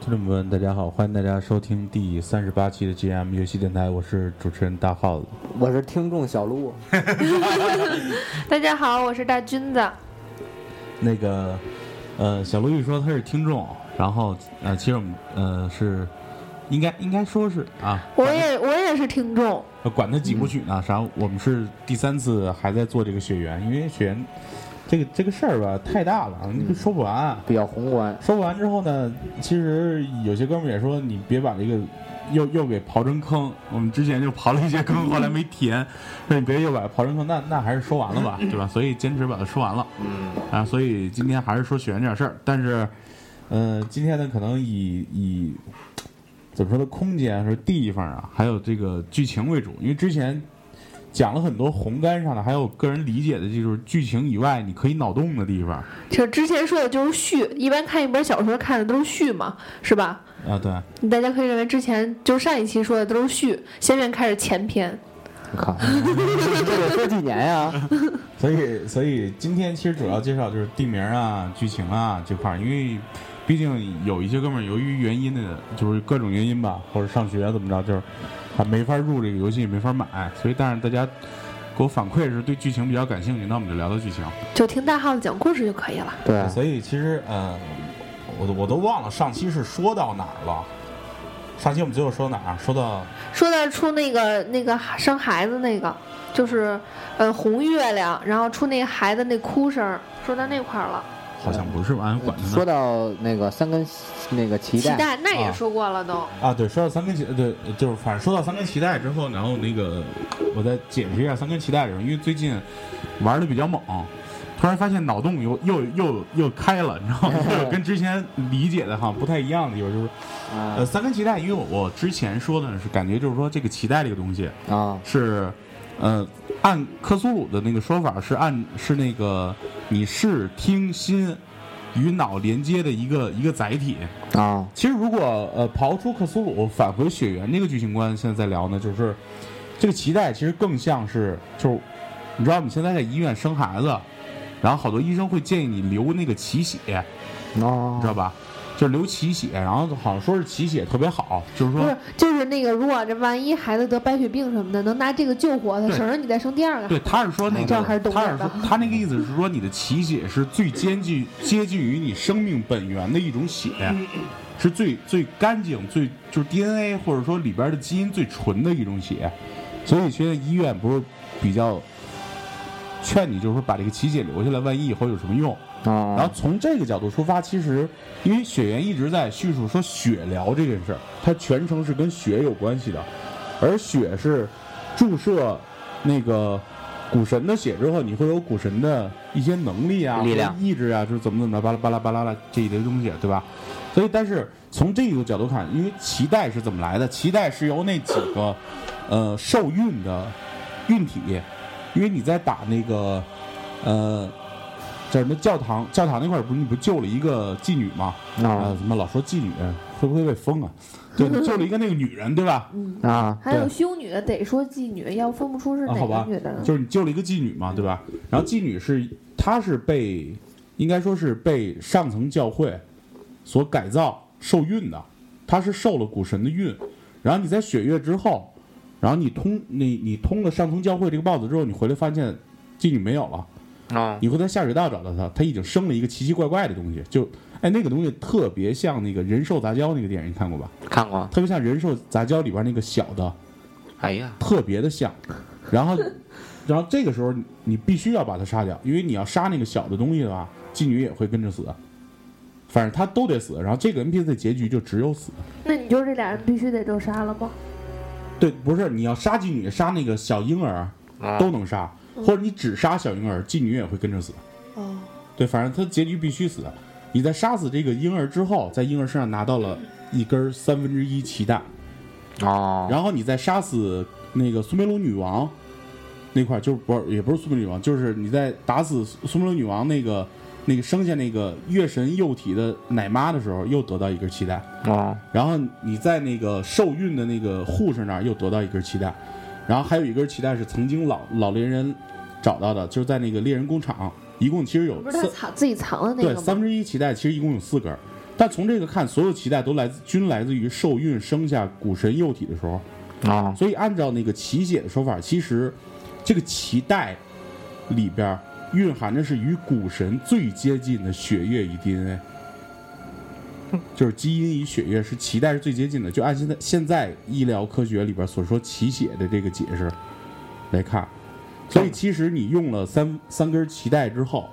听众们，大家好，欢迎大家收听第三十八期的 GM 游戏电台，我是主持人大耗子。我是听众小 鹿，大家好，我是大军子。那个，呃，小陆玉说他是听众，然后呃，其实我们呃是应该应该说是啊，我也我也是听众，管他几部曲呢，啥，我们是第三次还在做这个血缘，因为血缘这个这个事儿吧太大了，你说不完啊、比较宏观。说完之后呢，其实有些哥们儿也说，你别把这个又又给刨成坑。我们之前就刨了一些坑，后来没填，说你别又把它刨成坑，那那还是说完了吧，对吧？所以坚持把它说完了。嗯啊，所以今天还是说选这点事儿，但是，呃，今天呢，可能以以怎么说呢，空间说地方啊，还有这个剧情为主，因为之前。讲了很多宏观上的，还有个人理解的，就是剧情以外你可以脑洞的地方就之前说的就是序，一般看一本小说看的都是序嘛，是吧？啊，对。大家可以认为之前就是上一期说的都是序，下面开始前篇。我靠，这得说几年呀？所以，所以今天其实主要介绍就是地名啊、剧情啊这块儿，因为毕竟有一些哥们儿由于原因的，就是各种原因吧，或者上学啊怎么着，就是他没法入这个游戏，没法买，所以但是大家给我反馈是对剧情比较感兴趣，那我们就聊聊剧情。就听大耗子讲故事就可以了。 对，所以其实呃，我都我都忘了上期是说到哪儿了。上期我们最后说到哪儿？说到说到出那个那个生孩子那个，就是呃红月亮，然后出那个孩子那哭声，说到那块儿了。好像不是吧？俺管他嗯说呢。到那个三根那个脐脐带，带那啊也说过了都。啊，对，说到三根脐，对，就是反正说到三根脐带之后，然后那个我再解释一下三根脐带这种，因为最近玩的比较猛，突然发现脑洞又又又又开了，你知道吗？就是跟之前理解的哈不太一样的地方，就是呃啊三根脐带，因为我我之前说的是感觉就是说这个脐带这个东西啊，是。呃，按克苏鲁的那个说法是按是那个你视听心与脑连接的一个一个载体，啊其实如果呃刨出克苏鲁，返回雪原这个剧情观，现在在聊呢，就是这个脐带其实更像是就是，你知道你现在在医院生孩子，然后好多医生会建议你留那个脐血，你知道哦，吧？就是留脐血，然后好像说是脐血特别好，就是不说是，就是那个，如果这万一孩子得白血病什么的，能拿这个救活他，对省着你再生第二 个。对，他是说那这个样还是懂他点是说儿吧他那个意思是说你的脐血是最接近接近于你生命本源的一种血。是最最干净、最就是 DNA 或者说里边的基因最纯的一种血，所以现在医院不是比较劝你，就是说把这个脐血留下来，万一以后有什么用。嗯啊，然后从这个角度出发，其实因为血缘一直在叙述说血疗这件事儿，它全程是跟血有关系的，而血是注射那个股神的血之后，你会有股神的一些能力啊、力量或者意志啊，就是怎么怎么着，巴拉巴拉巴拉啦这一堆东西，对吧？所以，但是从这个角度看，因为脐带是怎么来的？脐带是由那几 个呃受孕的孕体，因为你在打那个呃叫什么教堂教堂那块儿不是你不救了一个妓女吗？啊啊，怎么老说妓女会不会被封啊？就救了一个那个女人对吧？嗯，啊，还有修女的得说妓女，要分不出是啊，哪好吧个女的嗯呢。，就是你救了一个妓女嘛，对吧？然后妓女是她是被应该说是被上层教会所改造受孕的，她是受了股神的孕。然后你在血月之后，然后你通你你通了上层教会这个帽子之后，你回来发现妓女没有了，啊你会在下水道找到她，她已经生了一个奇奇怪怪的东西，就哎那个东西特别像那个《人兽杂交》那个电影，你看过吧？看过，特别像《人兽杂交》里边那个小的。哎呀，特别的像，然后，然后这个时候你你必须要把它杀掉，因为你要杀那个小的东西的话，妓女也会跟着死，反正他都得死。然后这个 NPC 的结局就只有死。那你就这俩人必须得都杀了吗？对，不是你要杀妓女、杀那个小婴儿都能杀，或者你只杀小婴儿，妓女也会跟着死。哦，对，反正他结局必须死。你在杀死这个婴儿之后，在婴儿身上拿到了一根三分之一脐带，哦，然后你再杀死那个苏梅鲁女王，那块儿就是不是也不是苏美女王，就是你在打死苏美女王那个那个生下那个月神幼体的奶妈的时候，又得到一根脐带，哦，然后你在那个受孕的那个护士那儿又得到一根脐带，然后还有一根脐带是曾经老老猎人找到的，就是在那个猎人工厂，一共其实有不是三他藏自己藏的那对个三吗？分之一脐带，其实一共有四根儿。但从这个看，所有脐带都来自均来自于受孕生下古神幼体的时候，哦，啊所以按照那个脐解的说法，其实这个脐带里边儿蕴含着是与古神最接近的血液与 DNA，就是基因与血液是脐带是最接近的。就按现在现在医疗科学里边所说脐血的这个解释来看，所以其实你用了三三根脐带之后。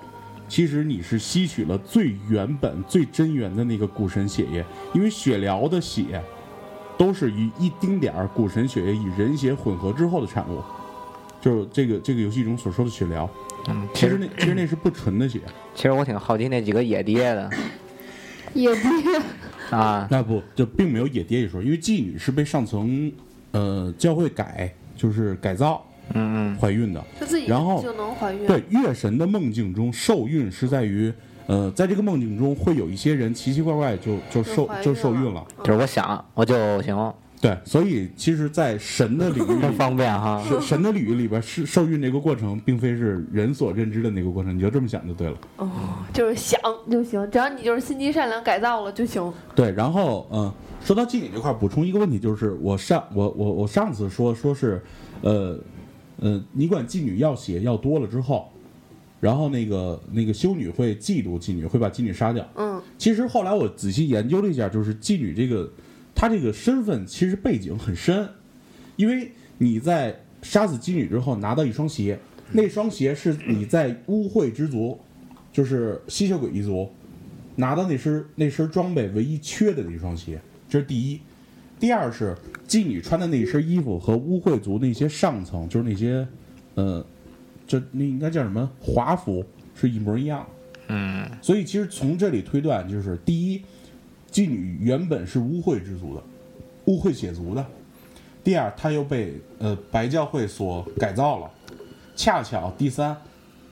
其实你是吸取了最原本、最真源的那个古神血液，因为血疗的血都是与一丁点儿古神血液与人血混合之后的产物，就是这个这个游戏中所说的血疗。嗯，其实那其实那是不纯的血，啊其实我挺好奇那几个野爹的 也不是， 啊，那不就并没有野爹一说，因为妓女是被上层呃教会改，就是改造嗯怀孕的。他自己然后就能怀孕。对，月神的梦境中受孕是在于，呃，在这个梦境中会有一些人奇奇怪怪就就受怀就孕受了孕了。嗯，就是我想我就行，对，所以其实，在神的领域真里，方便哈。神神的领域里边是受孕这个过程，并非是人所认知的那个过程，你就这么想就对了。哦，就是想就行，只要你就是心地善良，改造了就行。对，然后嗯，说到妓女这块儿，补充一个问题，就是我上我我我上次说说是，呃呃，你管妓女要血要多了之后，然后那个那个修女会嫉妒妓女，会把妓女杀掉。嗯，其实后来我仔细研究了一下，就是妓女这个，她这个身份其实背景很深，因为你在杀死妓女之后拿到一双鞋，那双鞋是你在污秽之族，就是吸血鬼一族拿到那身那身装备唯一缺的那双鞋，这是第一。第二是妓女穿的那身衣服和污秽族那些上层，就是那些，呃，就那应该叫什么华服是一模一样的。所以其实从这里推断，就是第一，妓女原本是污秽之族的，污秽血族的；第二，她又被呃白教会所改造了；恰巧第三，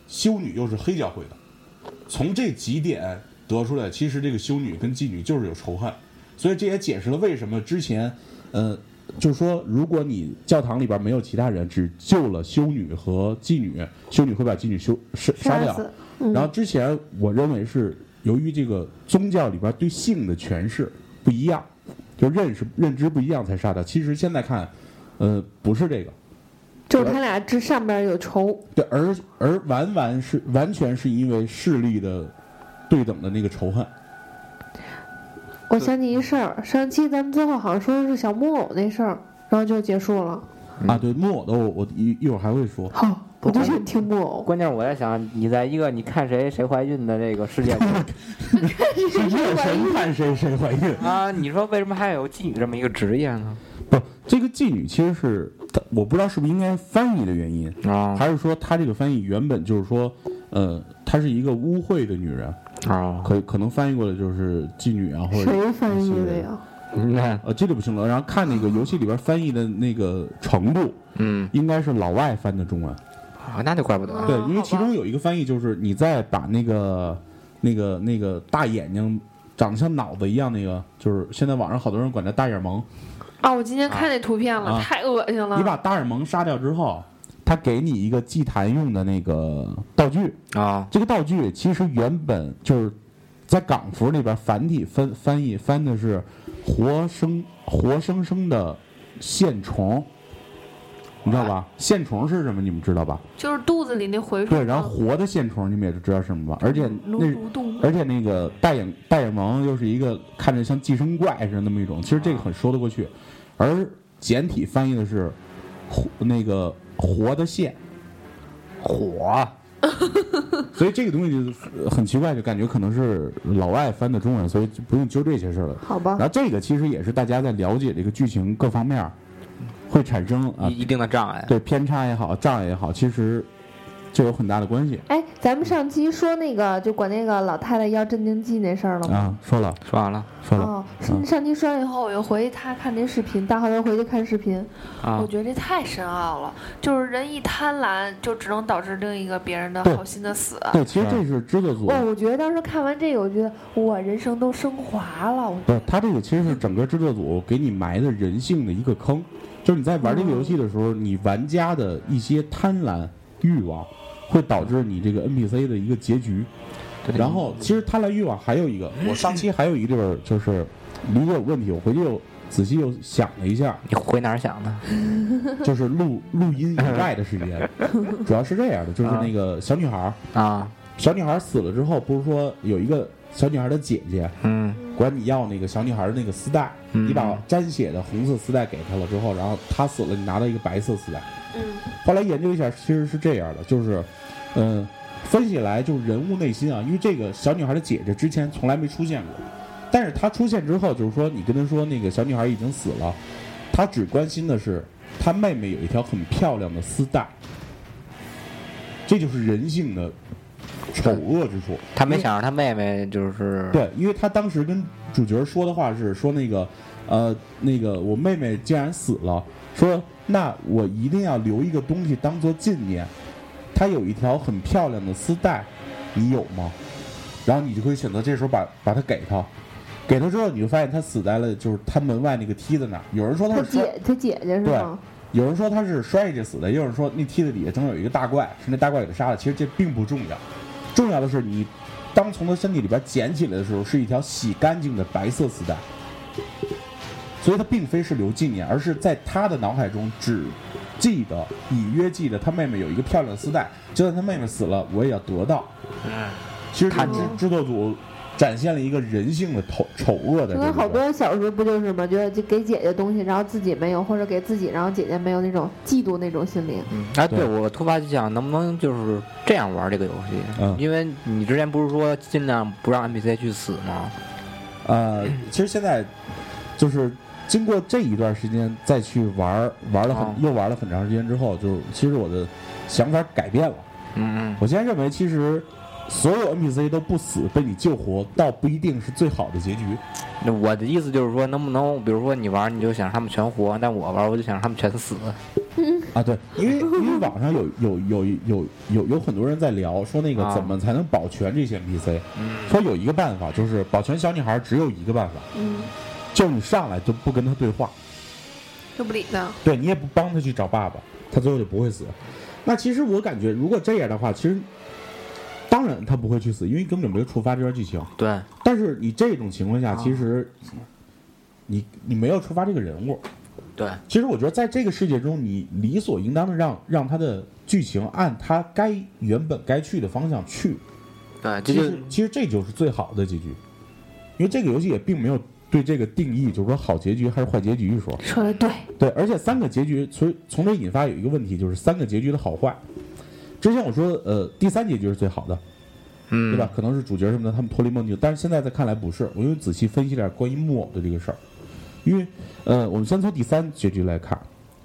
修女又是黑教会的。从这几点得出来，其实这个修女跟妓女就是有仇恨，所以这也解释了为什么之前，呃，就是说，如果你教堂里边没有其他人，只救了修女和妓女，修女会把妓女修杀杀掉。死。然后之前我认为是由于这个宗教里边对性的诠释不一样，就认识认知不一样才杀的。其实现在看，呃，不是这个，就是他俩这上边有仇，对，而而完完是完全是因为势力的对等的那个仇恨。我想起一事儿，上期咱们最后好像说是小木偶那事儿，然后就结束了。啊，对木偶的我我一一会儿还会说，好，我就想听木偶。关键我在想，你在一个你看谁谁怀孕的这个世界里月神看谁谁怀孕。 啊，你说为什么还有妓女这么一个职业呢？不，这个妓女其实是她我不知道是不是应该翻译的原因，啊还是说她这个翻译原本就是说，呃，她是一个污秽的女人。啊，可可能翻译过来就是妓女啊，或者谁翻译的？呀？你看，呃，这就不清了。然后看那个游戏里边翻译的那个程度，嗯，应该是老外翻的中文。 啊，那就怪不得啊对，因好为吧其中有一个翻译就是你再把那个那个那个大眼睛长得像脑子一样那个，就是现在网上好多人管叫大眼萌，啊，我今天看那图片啊了，太恶心了。你把大眼萌杀掉之后，他给你一个祭坛用的那个道具，啊，这个道具其实原本就是在港服那边繁体翻翻译翻的是活生活生生的线虫，你知道吧？线虫是什么？你们知道吧？就是肚子里那蛔虫。对，然后活的线虫你们也知道是什么吧？而且蠕那蠕嗯动而且那个大眼大眼萌又是一个看着像寄生怪似的那么一种，其实这啊个很说得过去。而简体翻译的是活那个活的线， 火，所以这个东西就是呃很奇怪，就感觉可能是老外翻的中文，所以就不用揪这些事儿了。好啊吧然，后这个其实也是大家在了解这个剧情各方面儿会产生啊，一一定的障碍。对偏差也好，障碍也好，其实就有很大的关系哎，咱们上期说那个就管那个老太太要镇定剂那事儿了吗？啊。说了说完了说了，嗯哦，上期说完以后，我又回她看那视频，大后头回去看视频，啊我，觉得这太深奥了，就是人一贪婪，就只能导致另一个别人的对好心的死。对，其实这是制作组哇，哦哦我觉得当时看完这个，我觉得哇，人生都升华了。我不是，它这个其实是整个制作组给你埋的人性的一个坑，就是你在玩这个游戏的时候，你玩家的一些贪婪欲望，会导致你这个 NPC 的一个结局。对然后，其实贪婪欲望还有一个，我上期还有一个地方就是一个问题，我回去又仔细又想了一下，你回哪儿想的？就是录录音以外的时间，主要是这样的，就是那个小女孩儿，啊，小女孩儿死了之后，不是说有一个小女孩儿的姐姐，嗯，管你要那个小女孩的那个丝带，嗯你把沾血的红色丝带给她了之后，然后她死了，你拿到一个白色丝带。嗯，后来研究一下，其实是这样的，就是，嗯、分析来就是人物内心啊，因为这个小女孩的姐姐之前从来没出现过，但是她出现之后，就是说你跟她说那个小女孩已经死了，她只关心的是她妹妹有一条很漂亮的丝带，这就是人性的丑恶之处。他没想到他妹妹就是对，因为他当时跟主角说的话是说那个，呃，那个我妹妹既然死了，说那我一定要留一个东西当做纪念。她有一条很漂亮的丝带，你有吗？然后你就可以选择这时候把把它给她，给她之后你就发现她死在了就是她门外那个梯子那儿。有人说她她是摔姐，她姐姐是对吗？有人说他是摔下去死的，也有人说那梯子底下正有一个大怪，是那大怪给他杀的。其实这并不重要，重要的是你当从他身体里边捡起来的时候，是一条洗干净的白色丝带。所以他并非是留纪念，而是在他的脑海中只记得隐约记得他妹妹有一个漂亮的丝带，就算他妹妹死了，我也要得到。嗯，其实他看制见制作组展现了一个人性的丑丑恶的就这个跟好多人小时候不就是吗？觉得就给姐姐东西，然后自己没有，或者给自己，然后姐姐没有那种嫉妒那种心理。嗯，哎，对对我突发奇想，能不能就是这样玩这个游戏？嗯因为你之前不是说尽量不让 NPC 去死吗？呃，其实现在就是经过这一段时间再去玩儿玩了很、哦又玩了很长时间之后，就是其实我的想法改变了。嗯我现在认为，其实所有 NPC 都不死被你救活，倒不一定是最好的结局。嗯，那我的意思就是说，能不能比如说你玩你就想让他们全活，但我玩我就想让他们全死？啊，对，因为因为网上有有有有有有很多人在聊说那个啊怎么才能保全这些 NPC，、嗯说有一个办法就是保全小女孩只有一个办法，嗯，就是你上来就不跟她对话，就不理他。对你也不帮她去找爸爸，她最后就不会死。那其实我感觉如果这样的话，其实当然她不会去死，因为根本就没有触发这段剧情。对，但是你这种情况下，啊其实你你没有触发这个人物，对，其实我觉得在这个世界中，你理所应当的让让他的剧情按他该原本该去的方向去。对，这其就实其实这就是最好的结局，因为这个游戏也并没有对这个定义，就是说好结局还是坏结局一说。说的对，对，而且三个结局，所以从这引发有一个问题，就是三个结局的好坏。之前我说，呃，第三结局是最好的，嗯，对吧？？可能是主角什么的，他们脱离梦境，但是现在在看来不是。我又仔细分析了点关于木偶的这个事儿，因为呃，我们先从第三结局来看，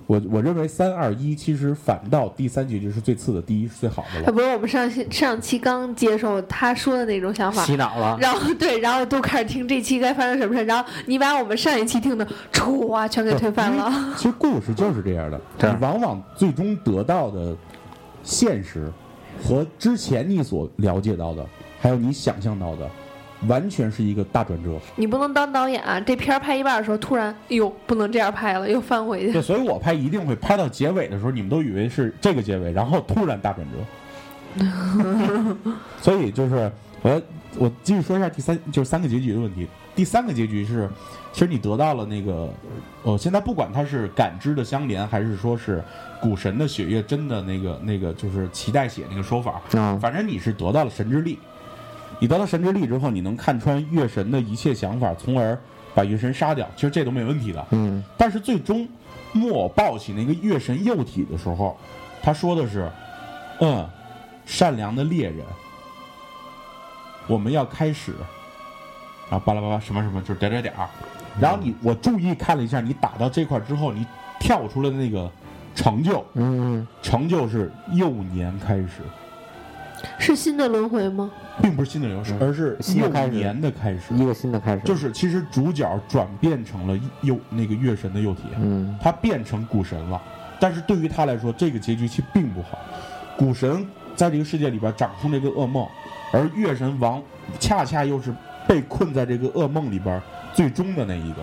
我我认为三二一其实反倒第三结局是最次的，第一是最好的啊，了。不是我们上期上期刚接受他说的那种想法，洗脑了，然后对，然后都开始听这期该发生什么事，然后你把我们上一期听的歘、啊、全给推翻了。 其实故事就是这样的，对你往往最终得到的现实和之前你所了解到的，还有你想象到的，完全是一个大转折。你不能当导演啊！这片儿拍一半的时候，突然，哎呦，不能这样拍了，又翻回去。对，所以我拍一定会拍到结尾的时候，你们都以为是这个结尾，然后突然大转折。所以就是我我继续说一下第三就是三个结局的问题。第三个结局是，其实你得到了那个，呃，现在不管它是感知的相连，还是说是股神的血液真的那个那个就是脐带血那个说法，嗯反正你是得到了神之力。你得到神之力之后，你能看穿月神的一切想法，从而把月神杀掉。其实这都没问题的。嗯但是最终木偶抱起那个月神幼体的时候，他说的是：“嗯，善良的猎人，我们要开始。”然后巴拉巴拉什么什么，就是点点点儿。然后你我注意看了一下，你打到这块儿之后，你跳出了那个成就，嗯，成就是幼年开始，是新的轮回吗？并不是新的流逝，嗯而是新幼的开始年的开始嗯一。个新的开始，就是是其实主角转变成了幼那个月神的幼体，嗯他变成古神了。但是对于他来说，这个结局其实并不好。古神在这个世界里边掌控这个噩梦，而月神王恰恰又是被困在这个噩梦里边最终的那一个，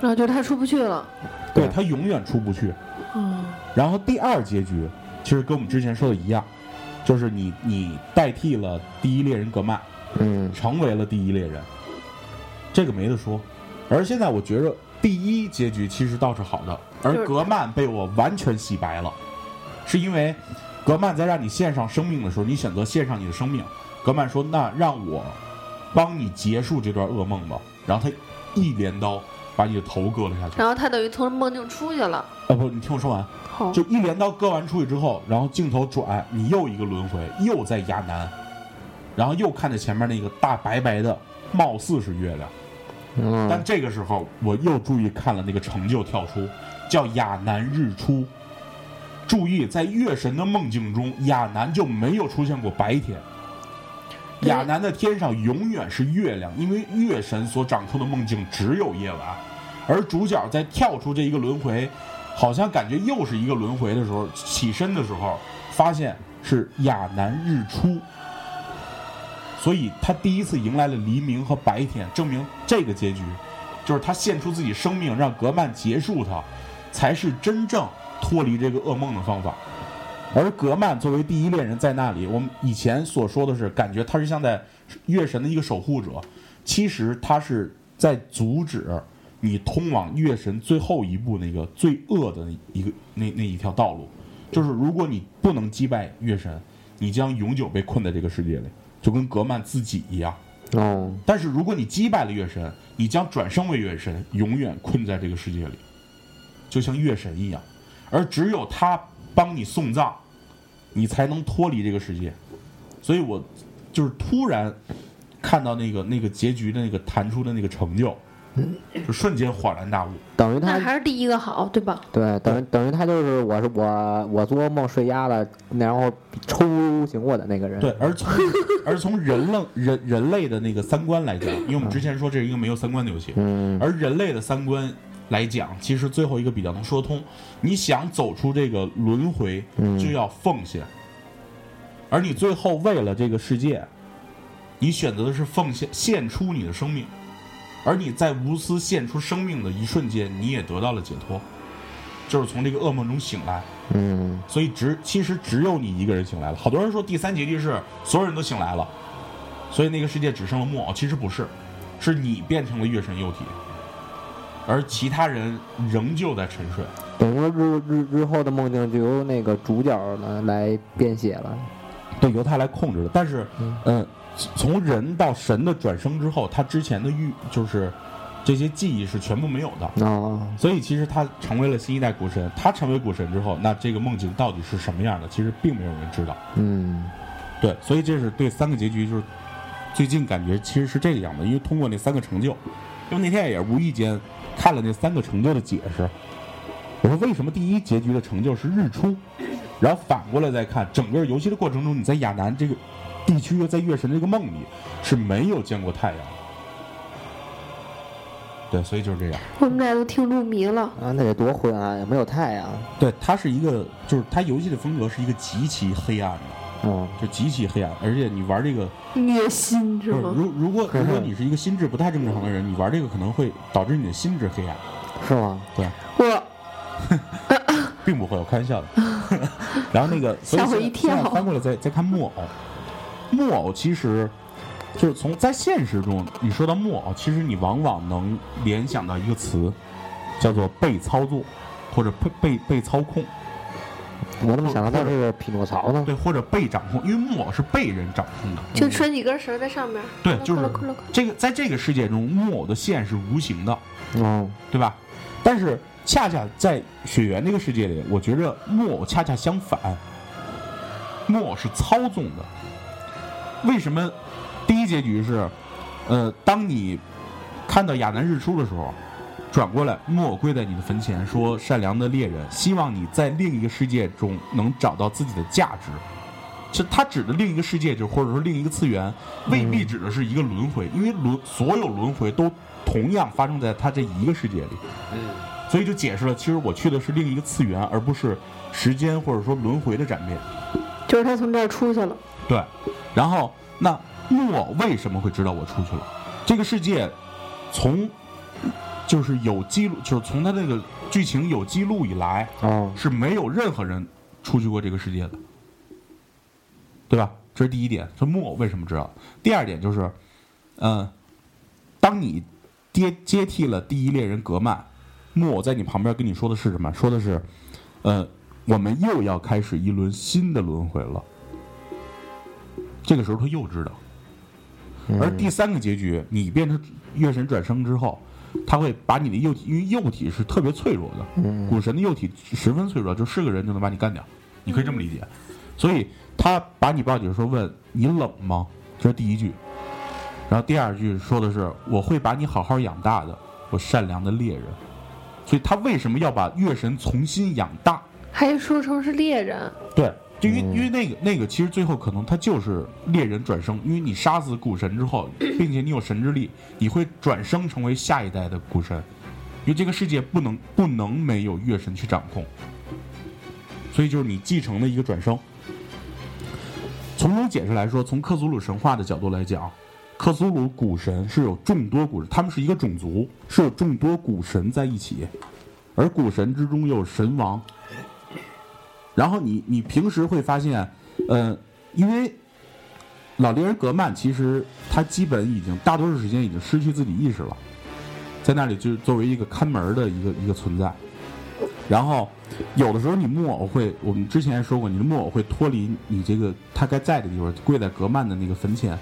然后就是他出不去了。对对他永远出不去。嗯，然后第二结局其实跟我们之前说的一样，就是你你代替了第一猎人格曼，嗯成为了第一猎人，这个没得说。而现在我觉着第一结局其实倒是好的，就而是格曼被我完全洗白了，是因为格曼在让你献上生命的时候，你选择献上你的生命。格曼说：“那让我帮你结束这段噩梦吧。”然后他一镰刀把你的头割了下去。然后他等于从梦境出去了。啊不，你听我说完，好，就一镰刀割完出去之后，然后镜头转，你又一个轮回，又在亚南，然后又看着前面那个大白白的，貌似是月亮。但嗯，这个时候我又注意看了那个成就跳出，叫亚南日出。注意，在月神的梦境中，亚南就没有出现过白天。对亚南的天上永远是月亮，因为月神所掌控的梦境只有夜晚。而主角在跳出这一个轮回，好像感觉又是一个轮回的时候，起身的时候发现是亚南日出，所以他第一次迎来了黎明和白天，证明这个结局就是他献出自己生命，让格曼结束他，才是真正脱离这个噩梦的方法。而格曼作为第一恋人在那里，我们以前所说的是，感觉他是像在月神的一个守护者，其实他是在阻止你通往月神最后一步那个最恶的一个那那一条道路，就是如果你不能击败月神，你将永久被困在这个世界里，就跟格曼自己一样。哦，但是如果你击败了月神，你将转生为月神，永远困在这个世界里，就像月神一样。而只有他帮你送葬，你才能脱离这个世界。所以我就是突然看到那个那个结局的那个弹出的那个成就，就瞬间恍然大悟。等于那他还是第一个好，哦对吧？对，等于等于他就是我是我我做噩梦睡压了，然后抽醒我的那个人。对，而从而从人类人人类的那个三观来讲，因为我们之前说这是一个没有三观的游戏，嗯，而人类的三观来讲，其实最后一个比较能说通。你想走出这个轮回，嗯就要奉献，而你最后为了这个世界，你选择的是奉献，献出你的生命，而你在无私献出生命的一瞬间，你也得到了解脱，就是从这个噩梦中醒来。嗯，所以只其实只有你一个人醒来了。好多人说第三结局是所有人都醒来了，所以那个世界只剩了木偶，其实不是，是你变成了月神幼体，而其他人仍旧在沉睡。等于说日日日后的梦境就由那个主角呢来编写了。对，由他来控制的。但是，嗯嗯，从人到神的转生之后，他之前的欲就是这些记忆是全部没有的。哦，所以其实他成为了新一代古神，他成为古神之后，那这个梦境到底是什么样的，其实并没有人知道。嗯，对，所以这是对三个结局，就是最近感觉其实是这个样子，因为通过那三个成就，因为那天也是无意间看了那三个成就的解释，我说为什么第一结局的成就是日出，然后反过来再看整个游戏的过程中，你在亚南这个地区，在月神这个梦里是没有见过太阳的。对，所以就是这样。我们俩都听入迷了。啊，那得多昏暗，没有太阳。对，它是一个，就是它游戏的风格是一个极其黑暗的，嗯，就极其黑暗，而且你玩这个虐心是不是，吗？如如果如果你是一个心智不太正常的人，你玩这个可能会导致你的心智黑暗，啊是吗？我并不会，我开玩 笑的。然后那个，所以吓我现在一跳现在翻过来再再看木偶，木偶其实就是从在现实中，你说到木偶，其实你往往能联想到一个词，叫做被操作，或者被被被操控，我怎么想到他是匹诺曹呢？对，或者被掌控，因为木偶是被人掌控的。就穿几根绳在上面。对，就是快了快了快了这个，在这个世界中，木偶的线是无形的，哦，对吧？但是恰恰在雪原这个世界里，我觉着木偶恰恰相反，木偶是操纵的。为什么第一结局是，呃，当你看到亚南日出的时候，转过来，木偶跪在你的坟前，说：“善良的猎人，希望你在另一个世界中能找到自己的价值。”这他指的另一个世界，就或者说另一个次元，未必指的是一个轮回，因为轮所有轮回都同样发生在他这一个世界里。嗯所以就解释了，其实我去的是另一个次元，而不是时间或者说轮回的转变。就是他从这儿出去了，对，然后那木偶为什么会知道我出去了？这个世界从就是有记录，就是从他那个剧情有记录以来，哦，是没有任何人出去过这个世界的，对吧？这是第一点，这木偶为什么知道？第二点就是，嗯、当你接接替了第一猎人格曼，木偶在你旁边跟你说的是什么？说的是，呃，我们又要开始一轮新的轮回了。这个时候他又知道，而第三个结局，你变成月神转生之后，他会把你的幼体，因为幼体是特别脆弱的，古神的幼体十分脆弱，就是个人就能把你干掉，你可以这么理解。所以他把你抱起来说问你冷吗？这是第一句，然后第二句说的是我会把你好好养大的，我善良的猎人。所以他为什么要把月神重新养大？还说成是猎人，对，就因为、因为那个那个，其实最后可能他就是猎人转生，因为你杀死古神之后，并且你有神之力，你会转生成为下一代的古神，因为这个世界不能不能没有月神去掌控，所以就是你继承了一个转生。从中解释来说，从克苏鲁神话的角度来讲，克苏鲁古神是有众多古神，他们是一个种族，是有众多古神在一起，而古神之中又有神王，然后你你平时会发现，呃，因为老猎人格曼其实他基本已经大多数时间已经失去自己意识了，在那里就是作为一个看门儿的一个一个存在。然后有的时候你木偶会，我们之前也说过，你的木偶会脱离你这个他该在的地方，跪在格曼的那个坟前，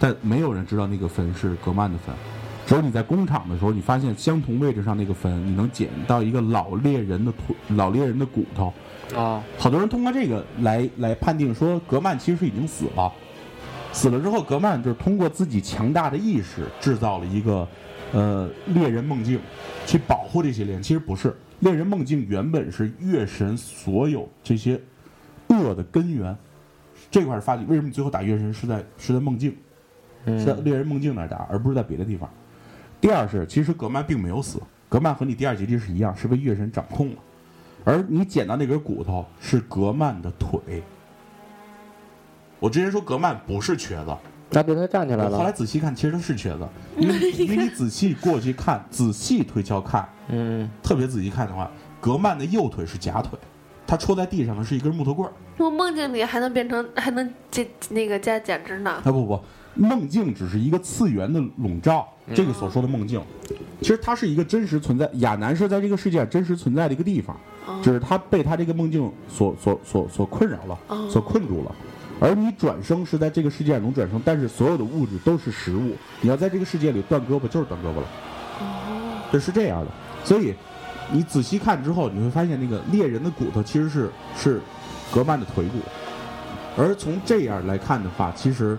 但没有人知道那个坟是格曼的坟。只有你在工厂的时候，你发现相同位置上那个坟，你能捡到一个老猎人的腿老猎人的骨头，哦，好多人通过这个来来判定说格曼其实已经死了，死了之后格曼就是通过自己强大的意识制造了一个呃猎人梦境，去保护这些猎人。其实不是，猎人梦境原本是月神所有这些恶的根源，这块儿发觉为什么最后打月神是在是在梦境，嗯是在猎人梦境那儿打，而不是在别的地方。第二是，其实格曼并没有死，格曼和你第二结局是一样，是被月神掌控了。而你捡到那根骨头是格曼的腿。我之前说格曼不是瘸子，那对他站起来我后来了，仔细看，其实他是瘸 子，因为因为你仔细过去看，仔细推敲看，嗯，特别仔细看的话，格曼的右腿是假腿，他戳在地上的是一根木头棍儿。我梦境里还能变成，还能这那个加减脂呢。啊不不，梦境只是一个次元的笼罩，这个所说的梦境，其实它是一个真实存在，亚南是在这个世界上真实存在的一个地方，嗯只是他被他这个梦境所所所所困扰了，所困住了。而你转生是在这个世界上能转生，但是所有的物质都是实物，你要在这个世界里断胳膊就是断胳膊了。对，是这样的。所以你仔细看之后，你会发现那个猎人的骨头其实是是格曼的腿骨，而从这样来看的话，其实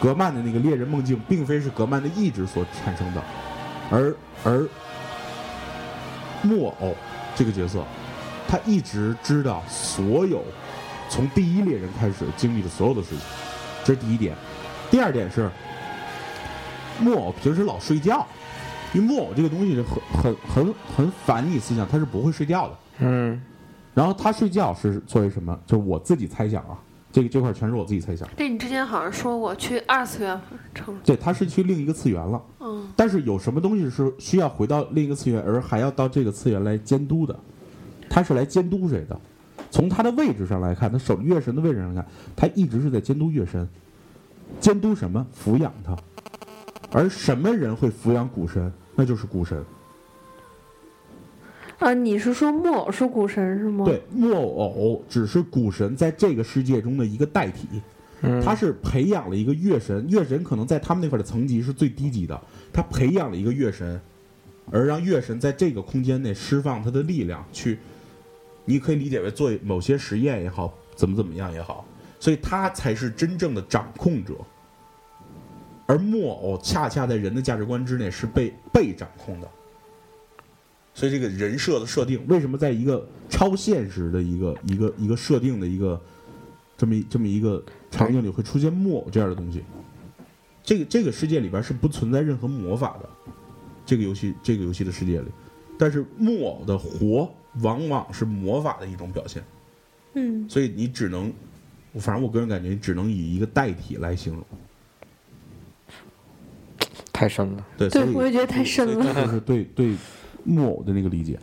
格曼的那个猎人梦境并非是格曼的意志所产生的，而而木偶这个角色，他一直知道所有从第一猎人开始经历的所有的事情，这是第一点。第二点是，木偶平时老睡觉，因为木偶这个东西是很很很很反你思想，他是不会睡觉的。嗯，然后他睡觉是作为什么？就是我自己猜想啊，这个这块全是我自己猜想。这你之前好像说过去二次元城，对，他是去另一个次元了。嗯，但是有什么东西是需要回到另一个次元，而还要到这个次元来监督的？他是来监督谁的？从他的位置上来看，他守着月神的位置上看，他一直是在监督月神，监督什么？抚养他。而什么人会抚养古神？那就是古神。啊，你是说木偶是古神是吗？，对，木偶只是古神在这个世界中的一个代替，嗯他是培养了一个月神，月神可能在他们那块儿的层级是最低级的，他培养了一个月神，而让月神在这个空间内释放他的力量，去，你可以理解为做某些实验也好，怎么怎么样也好，所以他才是真正的掌控者。哦而木偶恰恰在人的价值观之内是被被掌控的，所以这个人设的设定，为什么在一个超现实的一个一个一个设定的一个这么一这么一个场景里会出现木偶这样的东西？这个这个世界里边是不存在任何魔法的，这个游戏这个游戏的世界里，但是木偶的活往往是魔法的一种表现，嗯，所以你只能，反正我个人感觉，你只能以一个代替来形容。太深了。对，对所以我也觉得太深了所以这就是对对木偶的那个理解。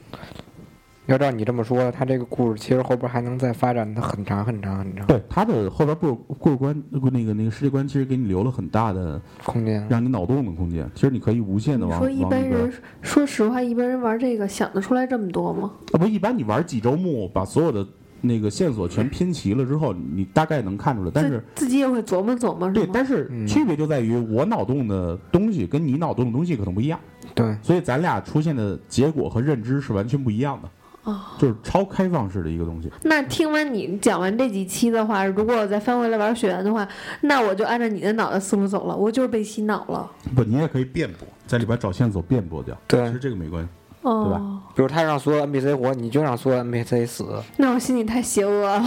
要照你这么说，他这个故事其实后边还能再发展的很长很长很长对他的后边故事故事观那个那个世界观，其实给你留了很大的空间。让你脑洞的空间。其实你可以无限的你往说一往般里边人，说实话，一般人玩这个想得出来这么多吗？啊，不，一般你玩几周目，把所有的那个线索全拼齐了之后，你大概能看出来。但是自自己也会琢磨琢磨，是对，吗？但是嗯区别就在于我脑洞的东西跟你脑洞的东西可能不一样，对，所以咱俩出现的结果和认知是完全不一样的。哦就是超开放式的一个东西，那听完你讲完这几期的话，如果我再翻回来玩雪原的话，那我就按照你的脑袋思路走了，我就是被洗脑了。不，你也可以辩驳，在里边找线索辩驳掉。对其实这个没关系。对哦吧，比如他让所有 NPC 活，你就让所有 NPC 死，那我心里太邪恶了，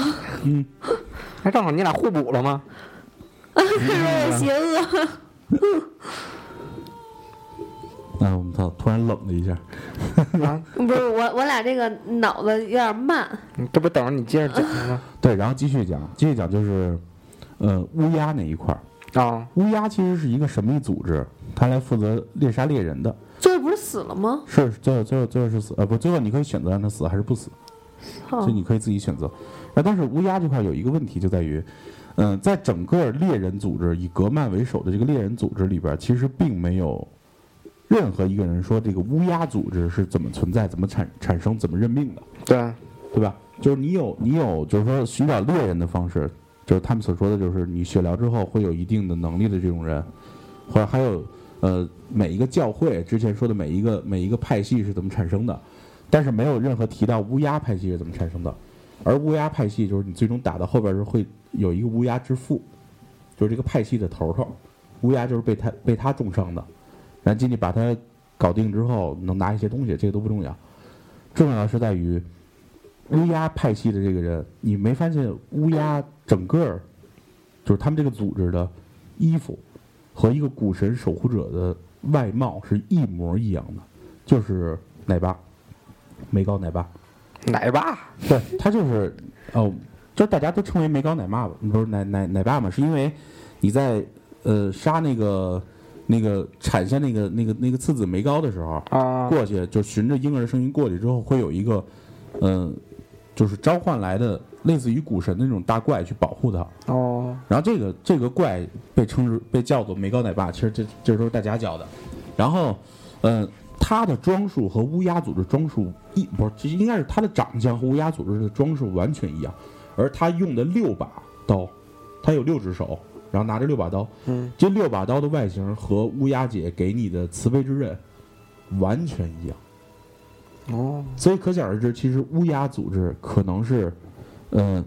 那正好你俩互补了吗？太 说我邪恶。哎，我们操，突然冷了一下。啊，不是我，我俩这个脑子有点慢。你这不等着你接着讲 呢对，然后继续讲，继续讲就是，呃，乌鸦那一块儿，吗？啊，乌鸦其实是一个神秘组织，它来负责猎杀猎人的。最后不是死了吗？是最后最后最后是死，呃，不，最后你可以选择让他死还是不死，哦所以你可以自己选择。然后，但是乌鸦这块有一个问题就在于，嗯、在整个猎人组织以格曼为首的这个猎人组织里边，其实并没有任何一个人说这个乌鸦组织是怎么存在、怎么产产生、怎么任命的。对，对吧？就是你有你有，就是说寻找猎人的方式，就是他们所说的就是你血疗之后会有一定的能力的这种人，或者还有呃每一个教会之前说的每一个每一个派系是怎么产生的，但是没有任何提到乌鸦派系是怎么产生的，而乌鸦派系就是你最终打到后边是会有一个乌鸦之父，就是这个派系的头头，乌鸦就是被他被他重伤的，然后进去把他搞定之后能拿一些东西，这个都不重要，重要的是在于。乌鸦派系的这个人，你没发现乌鸦整个儿就是他们这个组织的衣服和一个古神守护者的外貌是一模一样的，就是奶爸，梅高奶爸，奶爸，对他就是哦，就是大家都称为梅高奶爸吧，不是奶奶奶爸嘛，是因为你在呃杀那个那个产下那个那个那个次子梅高的时候，啊，过去，就循着婴儿的声音过去之后，会有一个，嗯、就是召唤来的类似于古神的那种大怪去保护他。哦，然后这个这个怪被称之被叫做梅高奶爸，其实这这都是大家叫的。然后，嗯、他的装束和乌鸦组织装束一不是，这应该是他的长相和乌鸦组织的装束完全一样，而他用的六把刀，他有六只手，然后拿着六把刀，嗯，这六把刀的外形和乌鸦姐给你的慈悲之刃完全一样。哦，所以可想而知，其实乌鸦组织可能是，呃，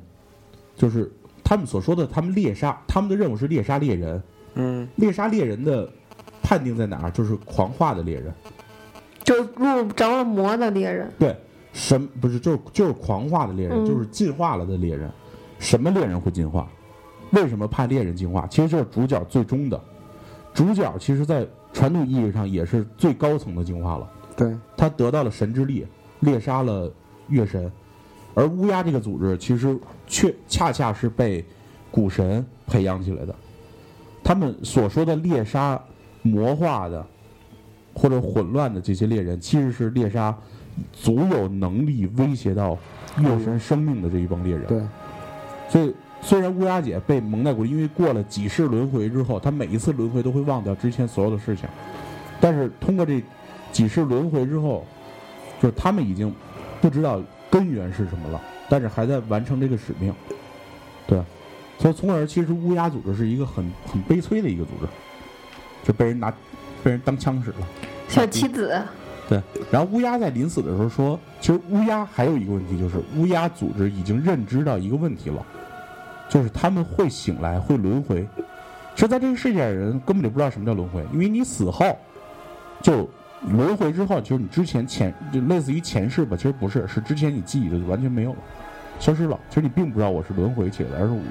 就是他们所说的，他们猎杀，他们的任务是猎杀猎人，嗯，猎杀猎人的判定在哪儿？就是狂化的猎人，就入着了魔的猎人，对，什么不是就是就是狂化的猎人，嗯就是进化了的猎人。什么猎人会进化？为什么怕猎人进化？其实就是主角最终的，主角其实在传统意义上也是最高层的进化了。对，他得到了神之力，猎杀了月神，而乌鸦这个组织其实却恰恰是被古神培养起来的。他们所说的猎杀魔化的或者混乱的这些猎人，其实是猎杀足有能力威胁到月神生命的这一帮猎人。对，所以虽然乌鸦姐被蒙在鼓里，因为过了几世轮回之后，她每一次轮回都会忘掉之前所有的事情，但是通过这几世轮回之后，就是他们已经不知道根源是什么了，但是还在完成这个使命，对，所以从而其实乌鸦组织是一个很很悲催的一个组织，就被人拿被人当枪使了。小妻子。然后乌鸦在临死的时候说，其实乌鸦还有一个问题，就是乌鸦组织已经认知到一个问题了，就是他们会醒来，会轮回。是在这个世界上，人根本就不知道什么叫轮回，因为你死后就轮回之后，就是你之前前就类似于前世吧，其实不是，是之前你记忆的就完全没有了，消失了。其实你并不知道我是轮回去了，而是我，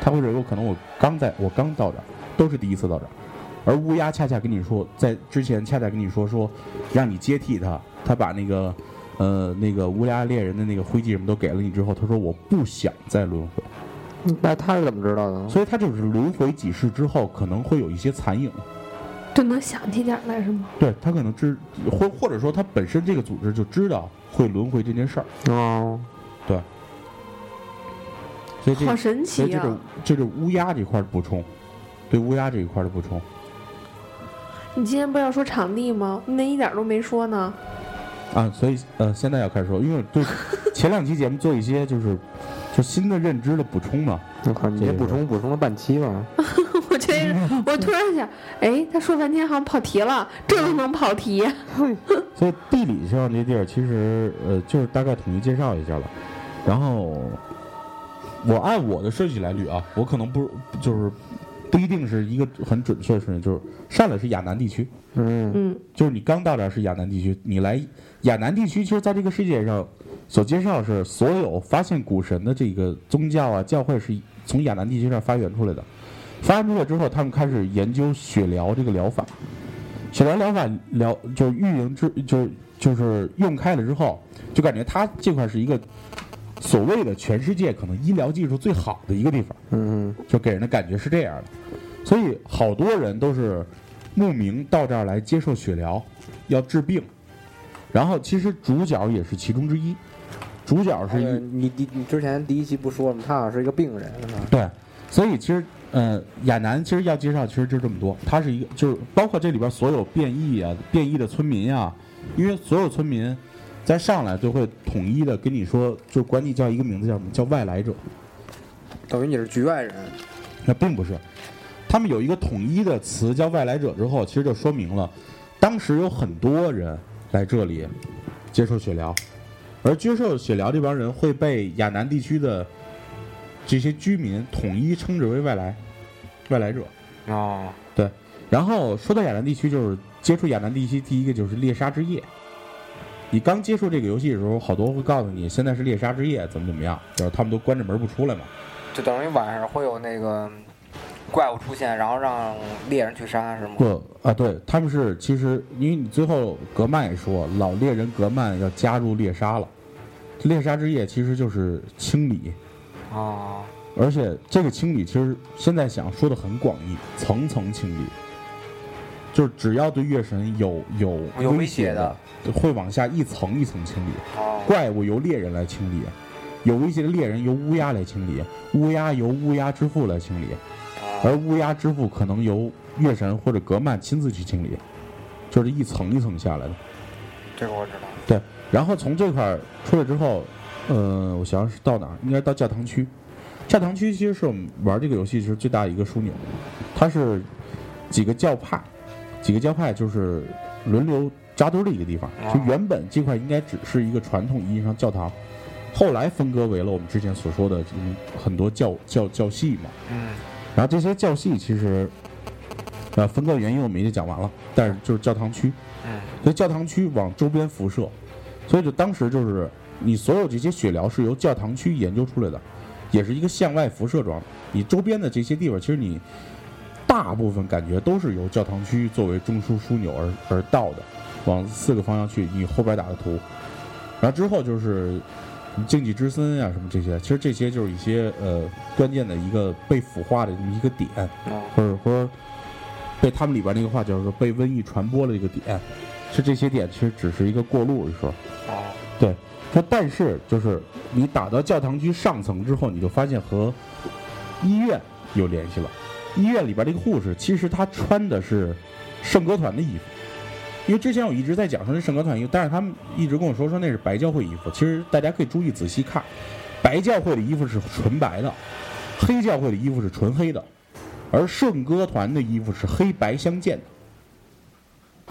他或者有可能我刚在我刚到这儿，都是第一次到这儿。而乌鸦恰恰跟你说，在之前恰恰跟你说说，让你接替他，他把那个呃那个乌鸦猎人的那个徽记什么都给了你之后，他说我不想再轮回。那他是怎么知道的呢？所以他就是轮回几世之后，可能会有一些残影。就能想起点儿来是吗？对他可能知，或或者说他本身这个组织就知道会轮回这件事儿，哦，所哎以这好个神所以奇这个啊！这是乌鸦这块儿的补充，对乌鸦这一块儿的补充。你今天不是要说场地吗？你那一点儿都没说呢。 啊，所以呃，现在要开始说，因为我对前两期节目做一些就是就新的认知的补充嘛。我靠，你这这个补充补充了半期吧？ 我觉得我突然想，哎，他说半天好像跑题了，这都能跑题？所以地理上这地儿其实呃，就是大概统一介绍一下了。然后我按我的顺序来捋啊，我可能不就是不一定是一个很准确的顺序，就是上来是亚南地区，嗯，嗯，就是你刚到这儿是亚南地区，你来亚南地区，其实在这个世界上所介绍是所有发现古神的这个宗教啊、教会是从亚南地区上啊发源出来的。发源出来之后，他们开始研究血疗这个疗法。血疗疗法疗就是运营之就是就是用开了之后，就感觉它这块是一个所谓的全世界可能医疗技术最好的一个地方。嗯嗯就给人的感觉是这样的。所以好多人都是慕名到这儿来接受血疗，要治病。然后其实主角也是其中之一，主角是一、呃你第你之前第一期不说了吗？他好像是一个病人，是吧？对，所以其实呃，亚楠其实要介绍其实就这么多，他是一个就是包括这里边所有变异啊、变异的村民啊，因为所有村民在上来就会统一的跟你说，就管你叫一个名字叫什么叫外来者，等于你是局外人。那并不是，他们有一个统一的词叫“外来者”之后，其实就说明了，当时有很多人来这里接受血疗，而接受血疗这帮人会被亚南地区的这些居民统一称之为外来外来者。哦，然后说到亚南地区，就是接触亚南地区，第一个就是猎杀之夜。你刚接触这个游戏的时候，好多会告诉你现在是猎杀之夜，怎么怎么样，然后他们都关着门不出来嘛。就等于晚上会有那个怪物出现，然后让猎人去杀，是吗？不啊，对，他们是其实因为你最后格曼也说，老猎人格曼要加入猎杀了，猎杀之夜其实就是清理，哦，而且这个清理其实现在想说的很广义，层层清理，就是只要对月神有有哦有威威胁胁的，会往下一层一层清理。哦，怪物由猎人来清理，有威胁的猎人由乌鸦来清理，乌鸦由乌鸦之父来清理。而哦乌鸦之父可能由月神或者格曼亲自去清理，就是一层一层下来的。这个我知道。对，然后从这块儿出来之后，呃，我想想是到哪儿，应该到教堂区。教堂区其实是我们玩这个游戏时候最大的一个枢纽，它是几个教派，几个教派就是轮流扎堆儿的一个地方。就原本这块应该只是一个传统意义上教堂，后来分割为了我们之前所说的嗯很多教教教系嘛。嗯，然后这些教系其实，呃，分割的原因我们已经讲完了，但是就是教堂区，嗯，所以教堂区往周边辐射，所以就当时就是你所有这些血疗是由教堂区研究出来的，也是一个向外辐射状，你周边的这些地方其实你大部分感觉都是由教堂区作为中枢枢纽而而到的，往四个方向去，你后边打的图，然后之后就是竞技之森啊呀、什么这些，其实这些就是一些呃关键的一个被腐化的这么一个点，哦，或者说被他们里边那个话叫做被瘟疫传播的一个点，是这些点其实只是一个过路，是说。哦，说但是就是你打到教堂区上层之后，你就发现和医院有联系了。医院里边这个护士，其实她穿的是圣歌团的衣服，因为之前我一直在讲说是圣歌团衣服，但是他们一直跟我说说那是白教会衣服。其实大家可以注意仔细看，白教会的衣服是纯白的，黑教会的衣服是纯黑的，而圣歌团的衣服是黑白相间的。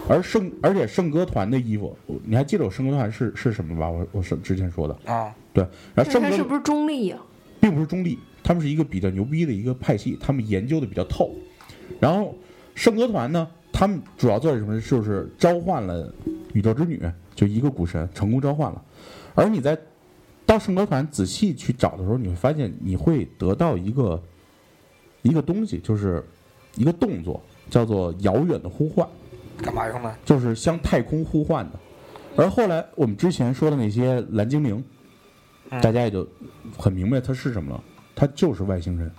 而圣，而且圣歌团的衣服，你还记得我圣歌团是是什么吧？我我是之前说的，哦，对。然后那圣他歌是不是中立呀、并不是中立，他们是一个比较牛逼的一个派系，他们研究的比较透。然后圣歌团呢，他们主要做的是什么？就是召唤了宇宙之女，就一个古神成功召唤了。而你在到圣歌团仔细去找的时候，你会发现你会得到一个一个东西，就是一个动作，叫做遥远的呼唤。干嘛用的？就是向太空呼唤的。而后来我们之前说的那些蓝精灵，嗯大家也就很明白它是什么了，它就是外星人，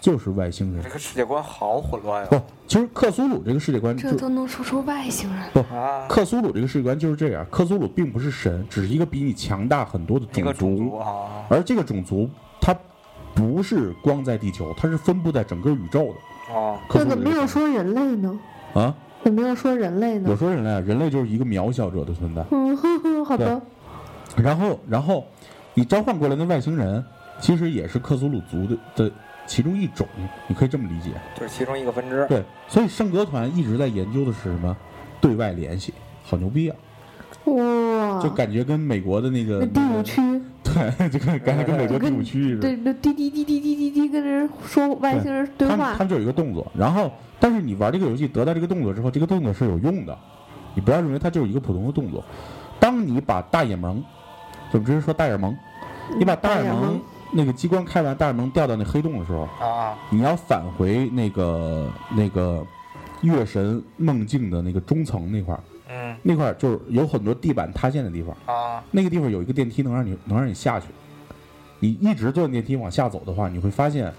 就是外星人这。个世界观好混乱啊呀！不，其实克苏鲁这个世界观就这都能说出外星人，啊，克苏鲁这个世界观就是这样，克苏鲁并不是神，只是一个比你强大很多的一种个族，种族啊，而这个种族它不是光在地球，它是分布在整个宇宙的。啊，克那苏鲁怎么这个要说人类呢？啊？怎么要说人类我呢？说人类啊，人类就是一个渺小者的存在。嗯，呵呵，好对吧，然后，然后你召唤过来的外星人，其实也是克苏鲁族的的其中一种，你可以这么理解。就是其中一个分支。对，所以圣歌团一直在研究的是什么？对外联系，好牛逼啊！哇，就感觉跟美国的那个那第五区，对，就跟刚才跟美国第五区似的。对，那滴滴滴滴滴滴滴跟人说外星人对他们话他，们就有一个动作，然后但是你玩这个游戏得到这个动作之后，这个动作是有用的，你不要认为它就是一个普通的动作。当你把大眼萌，就直接说大眼萌，你把大眼大眼萌萌那个机关开完，大眼萌掉到那黑洞的时候，啊，你要返回那个那个月神梦境的那个中层那块儿，嗯那块儿就是有很多地板塌陷的地方，啊，那个地方有一个电梯能让你能让你下去，你一直坐电梯往下走的话，你会发现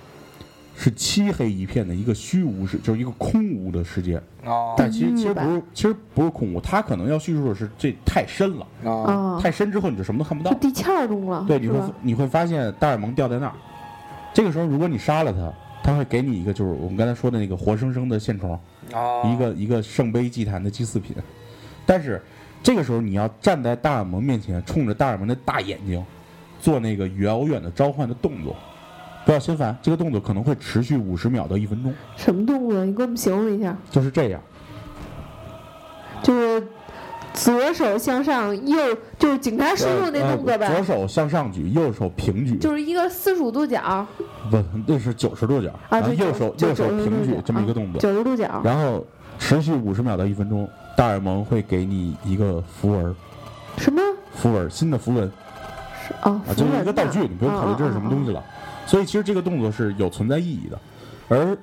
是漆黑一片的一个虚无世，就是一个空无的世界。哦但其实其地实不狱吧是，其实不是空无，它可能要叙述的是这太深了，啊，啊，太深之后你就什么都看不就到。地壳儿中了，对，你是会吧？你会发现达尔蒙掉在那儿。这个时候，如果你杀了他，他会给你一个就是我们刚才说的那个活生生的线虫，哦一个一个圣杯祭坛的祭祀品。但是这个时候你要站在大耳蒙面前，冲着大耳蒙的大眼睛做那个遥远的召唤的动作，不要心烦，这个动作可能会持续五十秒到一分钟，什么动啊作？你给我们形容一下，就是这样。就是左手向上，右就是警察叔叔那动作呗呃，左手向上举，右手平举，就是一个四十五度角啊，不，那是九十度角，然后对，右手右手平举这么一个动作，啊九十度角，然后持续五十秒到一分钟，大耳蒙会给你一个符文，什么符文新的符文，是啊？啊，就是一个道具，符文呐你不用考虑这是什么东西。啊啊啊了。所以其实这个动作是有存在意义的，而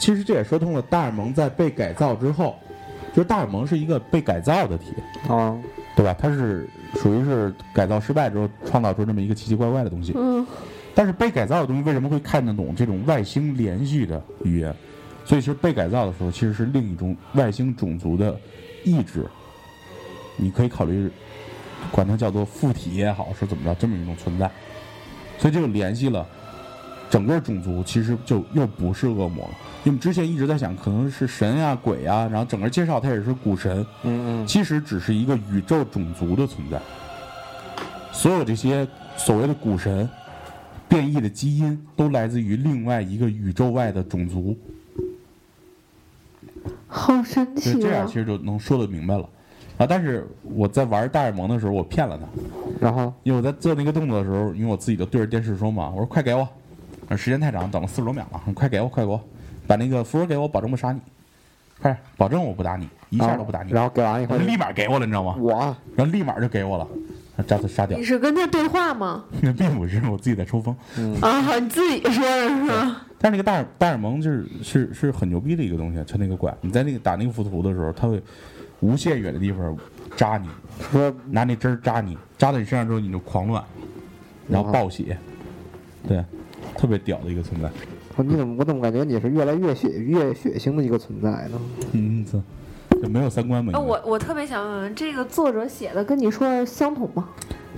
其实这也说通了大耳蒙在被改造之后，就是大耳蒙是一个被改造的体，啊，对吧？它是属于是改造失败之后创造出这么一个奇奇怪怪的东西。嗯，但是被改造的东西为什么会看得懂这种外星连续的语言？所以其实被改造的时候，其实是另一种外星种族的意志，你可以考虑管它叫做附体也好，是怎么着这么一种存在。所以这就联系了整个种族，其实就又不是恶魔了。因为我们之前一直在想，可能是神呀、鬼呀、然后整个介绍它也是古神，嗯嗯，其实只是一个宇宙种族的存在。所有这些所谓的古神、变异的基因，都来自于另外一个宇宙外的种族。好神就奇这样，啊其！实就能说得明白了。啊，但是我在玩大耳蒙的时候，我骗了他，然后因为我在做那个动作的时候，因为我自己就对着电视说嘛，我说快给我，啊时间太长，等了四十多秒了，你快给我，快给我，把那个符文给我，保证不杀你，快点，保证我不打你，一一下都不打你，然后给完以他后，立马给我了，你知道吗？啊我啊然后立马就给我了，让他杀掉你。是跟他对话吗？那并不是我自己在抽风，啊，你自己说的是吧？但是那个大耳大耳蒙就是是是很牛逼的一个东西，啊就那个怪，你在那个打那个浮屠的时候，它会无限远的地方扎你，说拿那针儿扎你，扎到你身上之后你就狂乱，然后暴血，对，特别屌的一个存在。我你怎么我怎么感觉你是越来越血越血腥的一个存在呢？嗯，操，就没有三观嘛？哎，应该我我特别想问问，这个作者写的跟你说的相同吗？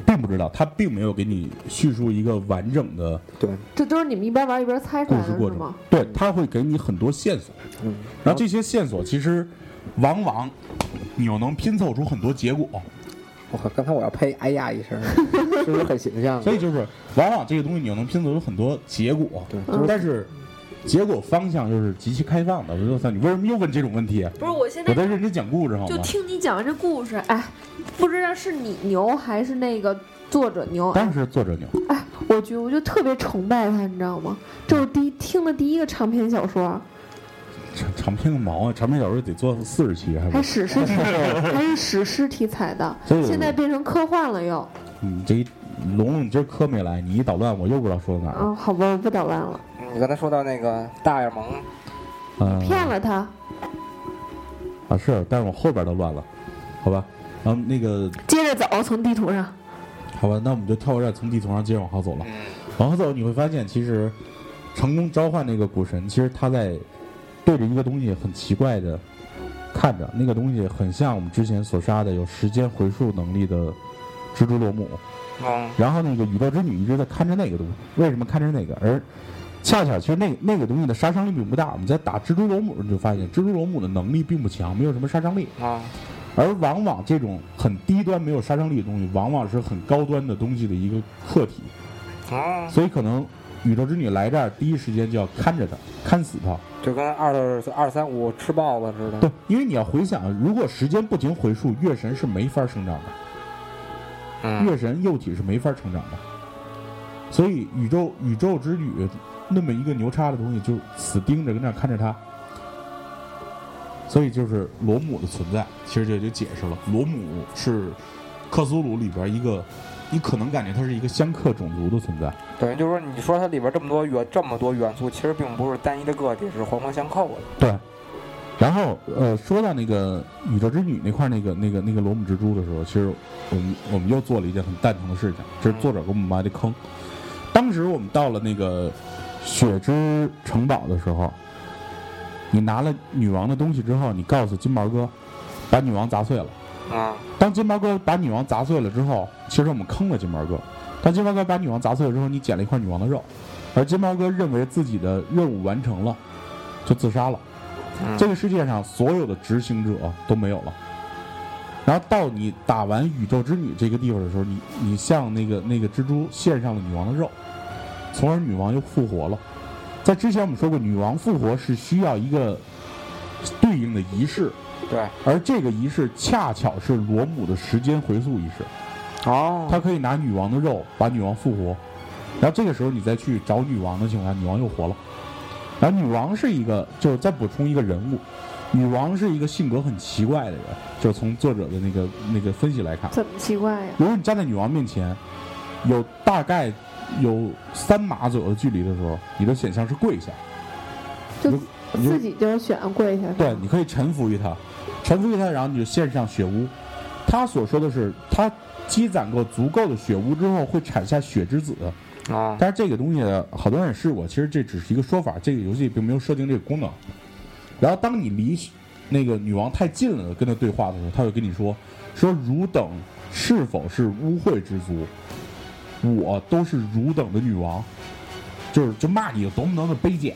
并不知道，他并没有给你叙述一个完整的对，这都是你们一边玩一边猜出故来事的过是程吗？，对，他会给你很多线索，嗯，然后这些线索其实往往你又能拼凑出很多结果。我靠，刚才我要呸哎呀一 声，是不是很形象？所以就是，往往这个东西你又能拼凑出很多结果，对就是嗯但是结果方向又是极其开放的。我就操，你为什么又问这种问题？啊不是我现我在在认真讲故事好就吗？听你讲完这故事，哎，不知道是你牛还是那个作者牛。哎当然是作者牛，我觉得我就特别崇拜他，你知道吗？这是我第一听的第一个长篇小说，长长篇个毛啊！长篇小说得做四十期，还还不史诗题， 还是史诗题材的，这个现在变成科幻了又。你嗯这一龙龙，你今儿科没来，你一捣乱，我又不知道说到哪儿了。嗯，好吧，我不捣乱了，你刚才说到那个大眼萌，哦嗯、骗了他。啊是，但是我后边都乱了，好吧？然后那个接着走，从地图上。好吧，那我们就跳过这儿，从地图上接着往后走了。嗯，往后走你会发现，其实成功召唤那个古神，其实他在对着一个东西很奇怪的看着，那个东西很像我们之前所杀的有时间回溯能力的蜘蛛罗姆。嗯，然后那个宇宙之女一直在看着那个东西，为什么看着那个？而恰巧其实那那个东西的杀伤力并不大。我们在打蜘蛛罗姆的时候就发现，蜘蛛罗姆的能力并不强，没有什么杀伤力。啊，而往往这种很低端、没有杀伤力的东西，往往是很高端的东西的一个客体。嗯，所以可能宇宙之女来这儿第一时间就要看着他，看死他。就跟二二三五吃豹子似的对，，因为你要回想，如果时间不停回溯，月神是没法生长的，嗯，月神幼体是没法成长的。所以宇宙宇宙之女那么一个牛叉的东西，就死盯着跟那儿看着他。所以就是罗姆的存在，其实这就解释了，罗姆是克苏鲁里边一个，你可能感觉它是一个相克种族的存在。等于就是说，你说它里边这么多元这么多元素，其实并不是单一的个体，是环环相扣的。对，然后呃，说到那个宇宙之女那块儿那个那个那个罗姆蜘蛛的时候，其实我们我们又做了一件很蛋疼的事情，这是作者给我们埋的坑。当时我们到了那个雪之城堡的时候，你拿了女王的东西之后，你告诉金毛哥，把女王砸碎了。啊，当金毛哥把女王砸碎了之后，其实我们坑了金毛哥。当金毛哥把女王砸碎了之后，你捡了一块女王的肉，而金毛哥认为自己的任务完成了，就自杀了。嗯这个世界上所有的执行者都没有了。然后到你打完宇宙之女这个地方的时候，你你向那个那个蜘蛛献上了女王的肉，从而女王又复活了。在之前我们说过，女王复活是需要一个对应的仪式，对，而这个仪式恰巧是罗姆的时间回溯仪式，哦他可以拿女王的肉把女王复活，然后这个时候你再去找女王的情况下，女王又活了。然后女王是一个，就是再补充一个人物，女王是一个性格很奇怪的人，就是从作者的那个那个分析来看，怎么奇怪呀？如果你站在女王面前，有大概有三码左右的距离的时候，你的选项是跪下，就如你就自己就选跪下。是吧对，你可以臣服于他，臣服于他，然后你就献上血污。他所说的是，他积攒够足够的血污之后，会产下血之子。啊，但是这个东西好多人也试过，其实这只是一个说法，这个游戏并没有设定这个功能。然后当你离那个女王太近了，跟她对话的时候，她会跟你说：“说汝等是否是污秽之族？我都是汝等的女王。”就是就骂你有多么多么的卑贱。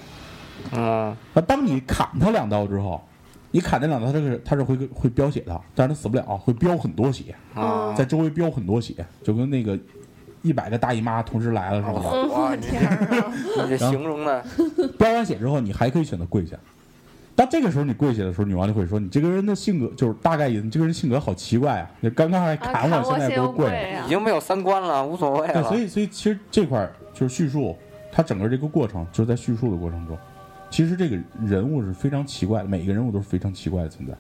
嗯，啊，当你砍他两刀之后，你砍那两刀，他是他是会会飙血的，但是他死不了，会飙很多血，啊，在周围飙很多血，就跟那个一百个大姨妈同时来了似的。哇，你你这形容的，飙完血之后，你还可以选择跪下。当这个时候你跪下的时候，女王就会说：“你这个人的性格就是大概意思，你这个人性格好奇怪啊！你刚刚还啊砍我，我现在先给又我跪。”跪呀已，经没有三观了，无所谓对，了。所以所以其实这块儿就是叙述，它整个这个过程就是在叙述的过程中，其实这个人物是非常奇怪的，每个人物都是非常奇怪的存在。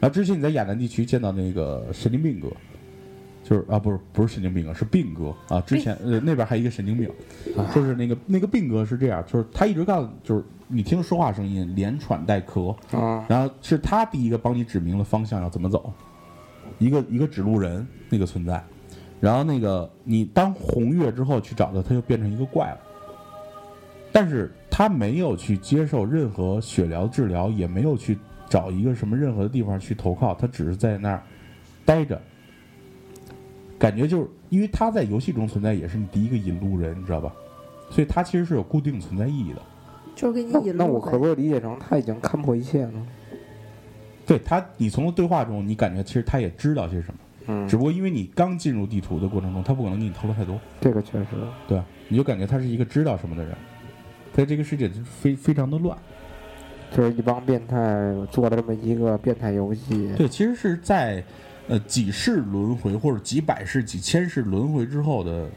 然后之前你在亚南地区见到那个神经病哥，就是啊不是不是神经病哥是病哥啊，之前呃那边还有一个神经病，就是那个那个病哥是这样，就是他一直告诉就是你听说话声音连喘带咳，啊，然后是他第一个帮你指明了方向要怎么走，一个一个指路人那个存在。然后那个你当红月之后去找他，他就变成一个怪了。但是他没有去接受任何血疗治疗，也没有去找一个什么任何的地方去投靠，他只是在那儿待着。感觉就是因为他在游戏中存在，也是你第一个引路人，你知道吧？所以他其实是有固定存在意义的。就是给你那引路。那我可不可以理解成他已经看破一切了？对他，你从对话中，你感觉其实他也知道些什么。嗯只，不过因为你刚进入地图的过程中，他不可能给你透露太多，这个确实，对吧？啊你就感觉他是一个知道什么的人，所以这个世界就非非常的乱。就是一帮变态做了这么一个变态游戏。对，其实是在呃几世轮回或者几百世、几千世轮回之后的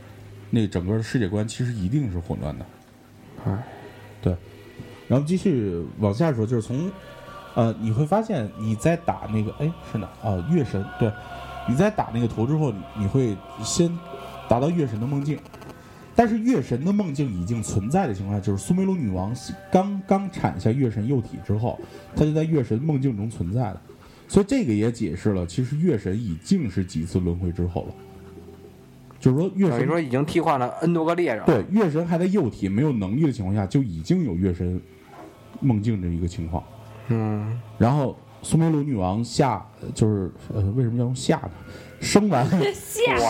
那整个世界观，其实一定是混乱的。哎，对，然后继续往下说，就是从，呃，你会发现你在打那个，哎，是哪？啊，月神，对，你在打那个头之后，你你会先达到月神的梦境，但是月神的梦境已经存在的情况下，就是苏梅鲁女王刚刚产下月神幼体之后，她就在月神梦境中存在了，所以这个也解释了，其实月神已经是几次轮回之后了，就是说月等于神说已经替换了 N 多个猎人，对，月神还在幼体没有能力的情况下，就已经有月神梦境的一个情况。嗯，然后苏梅鲁女王下就是呃，为什么要用下呢？生完嗯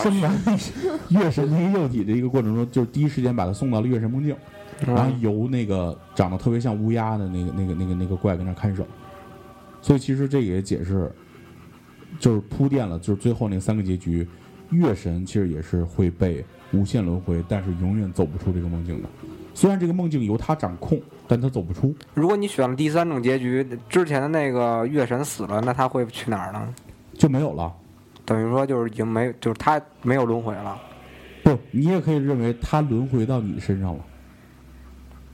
生完月神那个幼体的一个过程中，就是第一时间把她送到了月神梦境，然后嗯由那个长得特别像乌鸦的那个那个那个那个怪跟那儿看守。所以其实这个也解释，就是铺垫了，就是最后那三个结局，月神其实也是会被无限轮回，但是永远走不出这个梦境的。虽然这个梦境由他掌控，但他走不出。如果你选了第三种结局，之前的那个月神死了，那他会去哪儿呢？就没有了。等于说就是已经没，就是他没有轮回了不，你也可以认为他轮回到你身上了，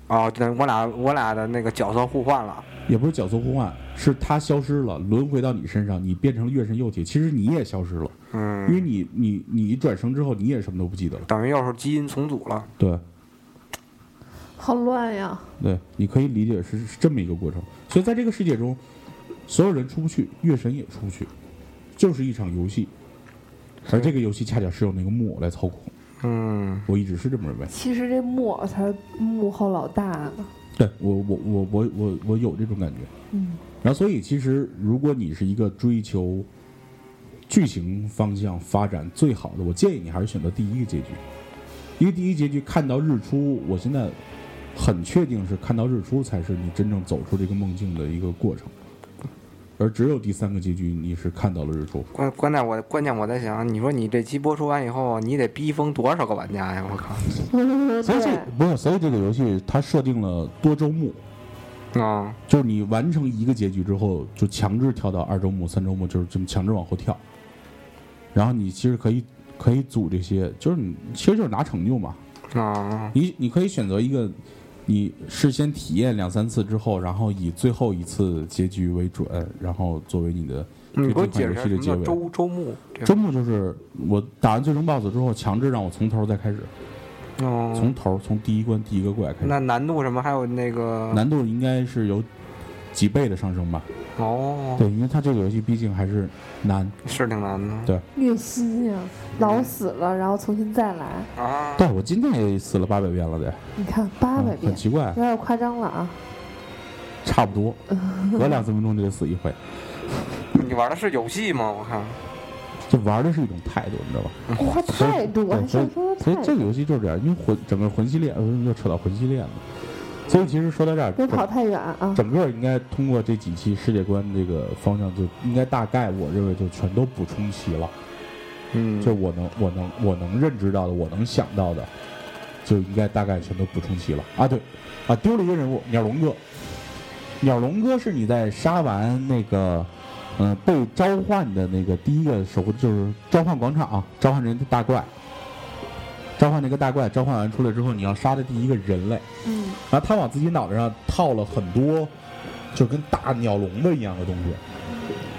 哦，就等于我俩我俩的那个角色互换了，也不是角色互换，是他消失了，轮回到你身上，你变成了月神幼体。其实你也消失了，因为嗯，你你你一转生之后，你也什么都不记得了。等于又是基因重组了，对好乱呀！对，你可以理解是是这么一个过程。所以在这个世界中，所有人出不去，月神也出不去，就是一场游戏。而这个游戏恰巧是由那个木偶来操控，嗯，我一直是这么认为。其实这木偶才是幕后老大 呢。对我我我我我我有这种感觉。嗯，然后，所以其实如果你是一个追求剧情方向发展最好的，我建议你还是选择第一个结局，因为第一结局看到日出，我现在很确定是看到日出才是你真正走出这个梦境的一个过程，而只有第三个结局你是看到了日出。关关键我关键我在想，你说你这期播出完以后，你得逼疯多少个玩家呀？我靠！嗯所以这对，不是，所以这个游戏它设定了多周目，嗯啊、就是你完成一个结局之后，就强制跳到二周目、三周目，就是这么强制往后跳。然后你其实可以可以组这些，就是你其实就是拿成就嘛。啊、你你可以选择一个你事先体验两三次之后，然后以最后一次结局为准，然后作为你的你给对我这解款释游一戏下什的结么叫尾。周周末？这周目就是我打完最终 BOSS 之后，强制让我从头再开始，哦从头从第一关第一个怪开始，那难度什么还有那个难度应该是有几倍的上升吧？哦，对，因为它这个游戏毕竟还是难。是挺难的虐心呀，老死了，然后重新再来，啊。对，我今天也死了八百遍了得，你看八百嗯遍很，奇怪有，点夸张了啊。差不多，隔两三分钟就得死一回。你玩的是游戏吗？我看就玩的是一种态度，你知道吧？哇，态度，对还所以上升所以态这度，个游戏就是这样，因为魂整个魂系列，呃，又扯到魂系列了。所以其实说到这儿，别跑整太远啊。整个应该通过这几期世界观这个方向，就应该大概我认为就全都补充齐了。嗯就我能我能我能认知到的，我能想到的，就应该大概全都补充齐了啊。对，啊丢了一个人物，鸟笼哥。鸟笼哥是你在杀完那个，嗯、被召唤的那个第一个守护，就是召唤广场、啊召唤人的大怪，召唤那个大怪，召唤完出来之后，你要杀的第一个人类，嗯，然后他往自己脑袋上套了很多，就跟大鸟笼子一样的东西，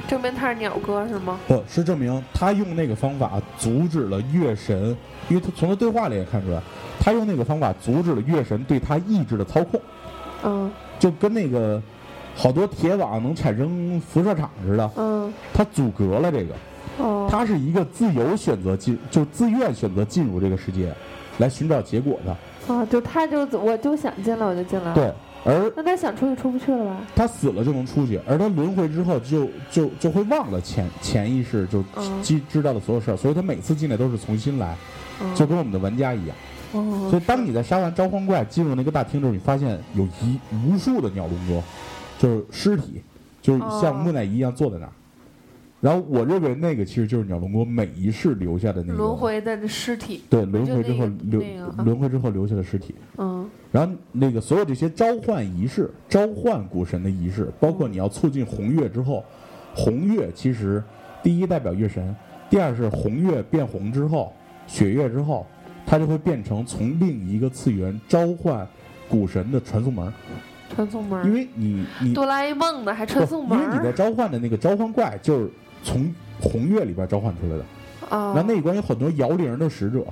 证明他是鸟哥是吗？不呃是证明他用那个方法阻止了月神，因为他从他对话里也看出来，他用那个方法阻止了月神对他意志的操控，嗯就跟那个好多铁网能产生辐射场似的，嗯他阻隔了这个。哦，他是一个自由选择进，就自愿选择进入这个世界，来寻找结果的。啊，就他就是我就想进来我就进来，对，而那他想出去出不去了吧？他死了就能出去，而他轮回之后就就就会忘了潜潜意识就嗯知知道的所有事儿，所以他每次进来都是重新来，嗯就跟我们的玩家一样。哦，所以当你在杀完召唤怪进入那个大厅之后，你发现有一无数的鸟笼哥，就是尸体，就是像木乃伊一样坐在那儿。然后我认为那个其实就是鸟笼哥每一世留下的那个轮，回的尸体，对轮回之后就那个留、那个啊轮回之后留下的尸体。嗯然后那个所有这些召唤仪式、召唤古神的仪式，包括你要促进红月之后，红月其实第一代表月神，第二是红月变红之后，血月之后，它就会变成从另一个次元召唤古神的传送门。传送门因儿，为你你哆啦 A 梦呢还传不，送因门为你儿在召唤的那个召唤怪就是从红月里边召唤出来的，啊然后那一关有很多摇铃的使者，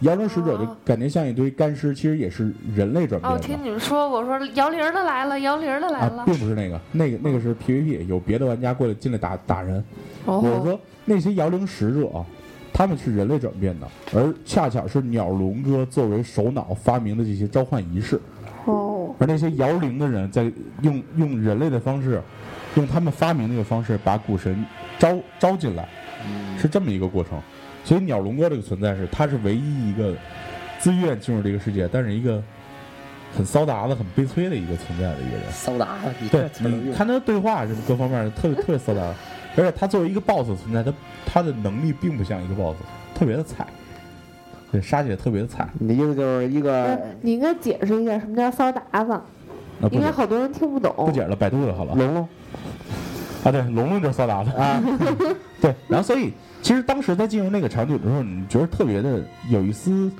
摇铃使者就哦感觉像一堆干尸，其实也是人类转哦，我变听的。你们说，我说摇铃儿的来了，摇铃儿的来啊了，，并不是那个，那个那个是 PVP，有别的玩家过来进来打打人。我是哦说那些摇铃使者、啊他们是人类转变的，而恰巧是鸟龙哥作为首脑发明的这些召唤仪式。哦，而那些摇铃的人在用用人类的方式，用他们发明那个方式把古神招招进来，是这么一个过程。所以鸟龙哥这个存在是，他是唯一一个自愿进入这个世界，但是一个很骚达的、很悲催的一个存在的一个人。骚啊达，你对这，词儿能你用看他对话什么各方面的，特别特别骚达。而且他作为一个 BOSS 存在，他他的能力并不像一个 BOSS，特别的菜，对，杀起来特别的菜。你的意思就是一个你应该解释一下什么叫骚达子，啊，不应解该好多人听不懂。不解了，百度了好了。龙龙啊，对，龙龙就是骚达的啊， 对。然后所以其实当时他进入那个场景的时候，你觉得特别的有一丝，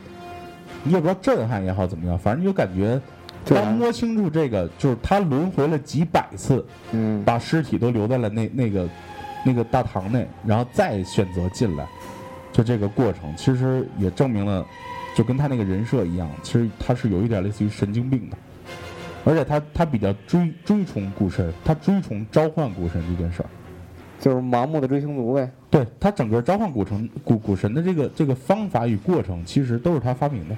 你也不知道震撼也好怎么样，反正你就感觉。对当摸清楚这个，就是他轮回了几百次，嗯，把尸体都留在了那那个那个大堂内，然后再选择进来，就这个过程，其实也证明了，就跟他那个人设一样，其实他是有一点类似于神经病的，而且他他比较追追崇古神，他追崇召唤古神这件事儿。就是盲目的追星族呗。对他整个召唤古城古古神的这个这个方法与过程，其实都是他发明的。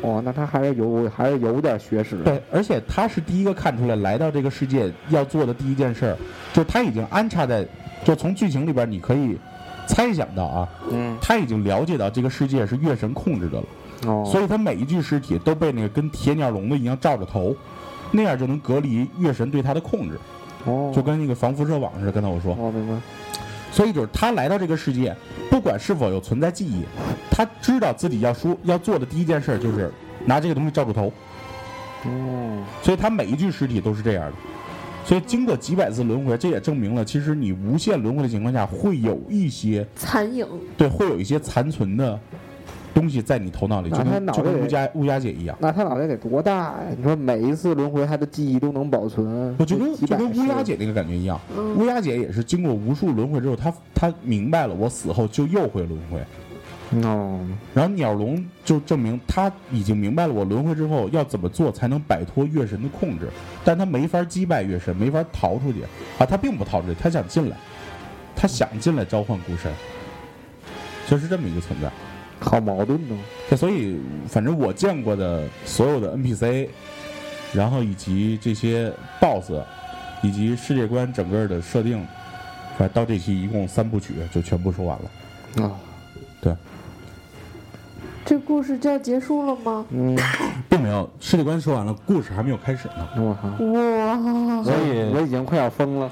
哦，那他还是有还是有点学识的。对，而且他是第一个看出来来到这个世界要做的第一件事儿，就是他已经安插在，就从剧情里边你可以猜想到啊，嗯，他已经了解到这个世界是月神控制的了，哦，所以他每一具尸体都被那个跟铁鸟笼子一样罩着头，那样就能隔离月神对他的控制，哦，就跟那个防辐射网似的。刚才我说，哦，明白。所以就是他来到这个世界，不管是否有存在记忆，他知道自己要说要做的第一件事就是拿这个东西罩住头，哦，所以他每一具尸体都是这样的。所以经过几百次轮回，这也证明了，其实你无限轮回的情况下，会有一些残影，对，会有一些残存的东西在你头脑里，就那他跟脑就跟袋乌鸦乌鸦姐一样，那他脑袋得多大呀？你说每一次轮回，他的记忆都能保存，我就跟几就百跟乌鸦世姐那个感觉一样。嗯乌鸦姐也是经过无数轮回之后，她她明白了，我死后就又会轮回。哦，然后鸟笼就证明他已经明白了我轮回之后要怎么做才能摆脱月神的控制，但他没法击败月神，没法逃出去啊！他并不逃出去，他想进来，他想进来召唤古神，就是这么一个存在。好矛盾呢。对所以，反正我见过的所有的 NPC，然后以及这些 BOSS，以及世界观整个的设定，反正到这期一共三部曲就全部说完了。啊，这故事就要结束了吗？嗯，并没有，世界观说完了，故事还没有开始呢。我操，哇，所以嗯我已经快要疯了。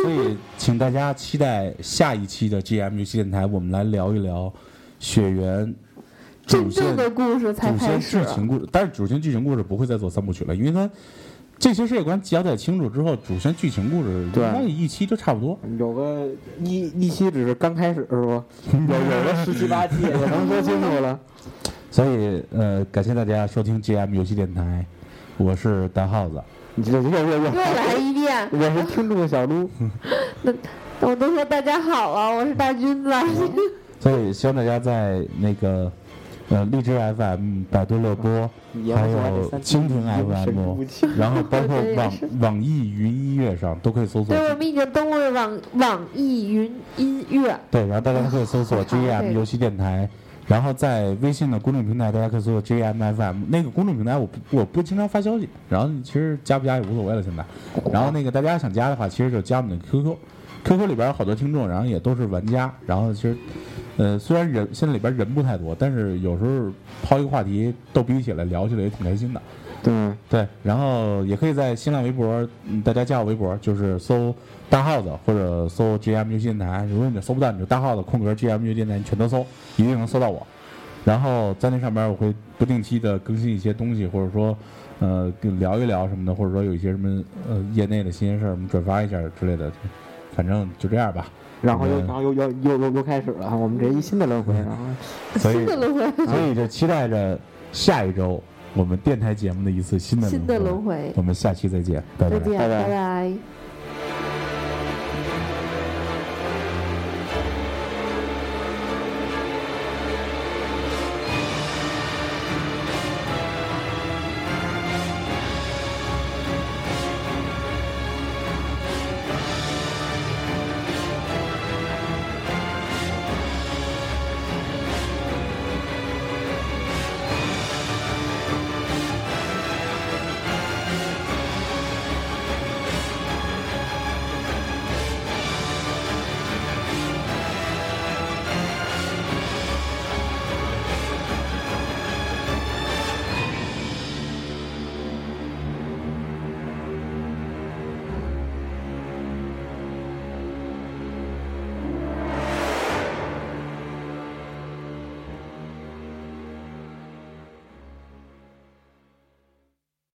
所以，请大家期待下一期的 GM 游戏电台，我们来聊一聊血缘主真线正的故事才主开线始剧。情故事。但是主线剧情故事不会再做三部曲了，因为它这些世界观交代清楚之后，主线剧情故事应对该一期就差不多。有个一一期只是刚开始是吧？有有个十七八期也能说清楚了。所以，呃，感谢大家收听 GM 游戏电台，我是大耗子。你这又又又又，来一遍，我是听众小鹿，嗯我都说大家好啊，我是大军子。嗯所以，希望大家在那个呃荔枝 FM、百度乐播。你要还是把这有三蜻蜓神 不 FM，弃然后包括 我觉得也网是网易云音乐上都可以搜索对，，我们已经登录了网网易云音乐，对，然后大家都可以搜索好长啊 JM 这个游戏电台，然后在微信的公众平台，大家可以搜索 JM FM。那个公众平台我不我不经常发消息，然后其实加不加也无所谓了现在。然后那个大家想加的话，其实就加我们的 QQ。QQ 里边有好多听众，然后也都是玩家，然后其实，呃，虽然人现在里边人不太多，但是有时候抛一个话题逗逼起来聊起来也挺开心的。对，对，然后也可以在新浪微博，嗯大家加我微博，就是搜大耗子或者搜 GM 游戏电台。如果你搜不到，你就大耗子空格 GM 游戏电台，你全都搜，一定能搜到我。然后在那上边，我会不定期的更新一些东西，或者说，呃，跟聊一聊什么的，或者说有一些什么呃业内的新鲜事儿，我们转发一下之类的。反正就这样 吧。然后又嗯然后又又又又又开始了，我们这一新的轮回，然后所以新的轮回，所以就期待着下一周我们电台节目的一次新的新的轮回。我们下期再见，拜再拜。见，拜拜拜拜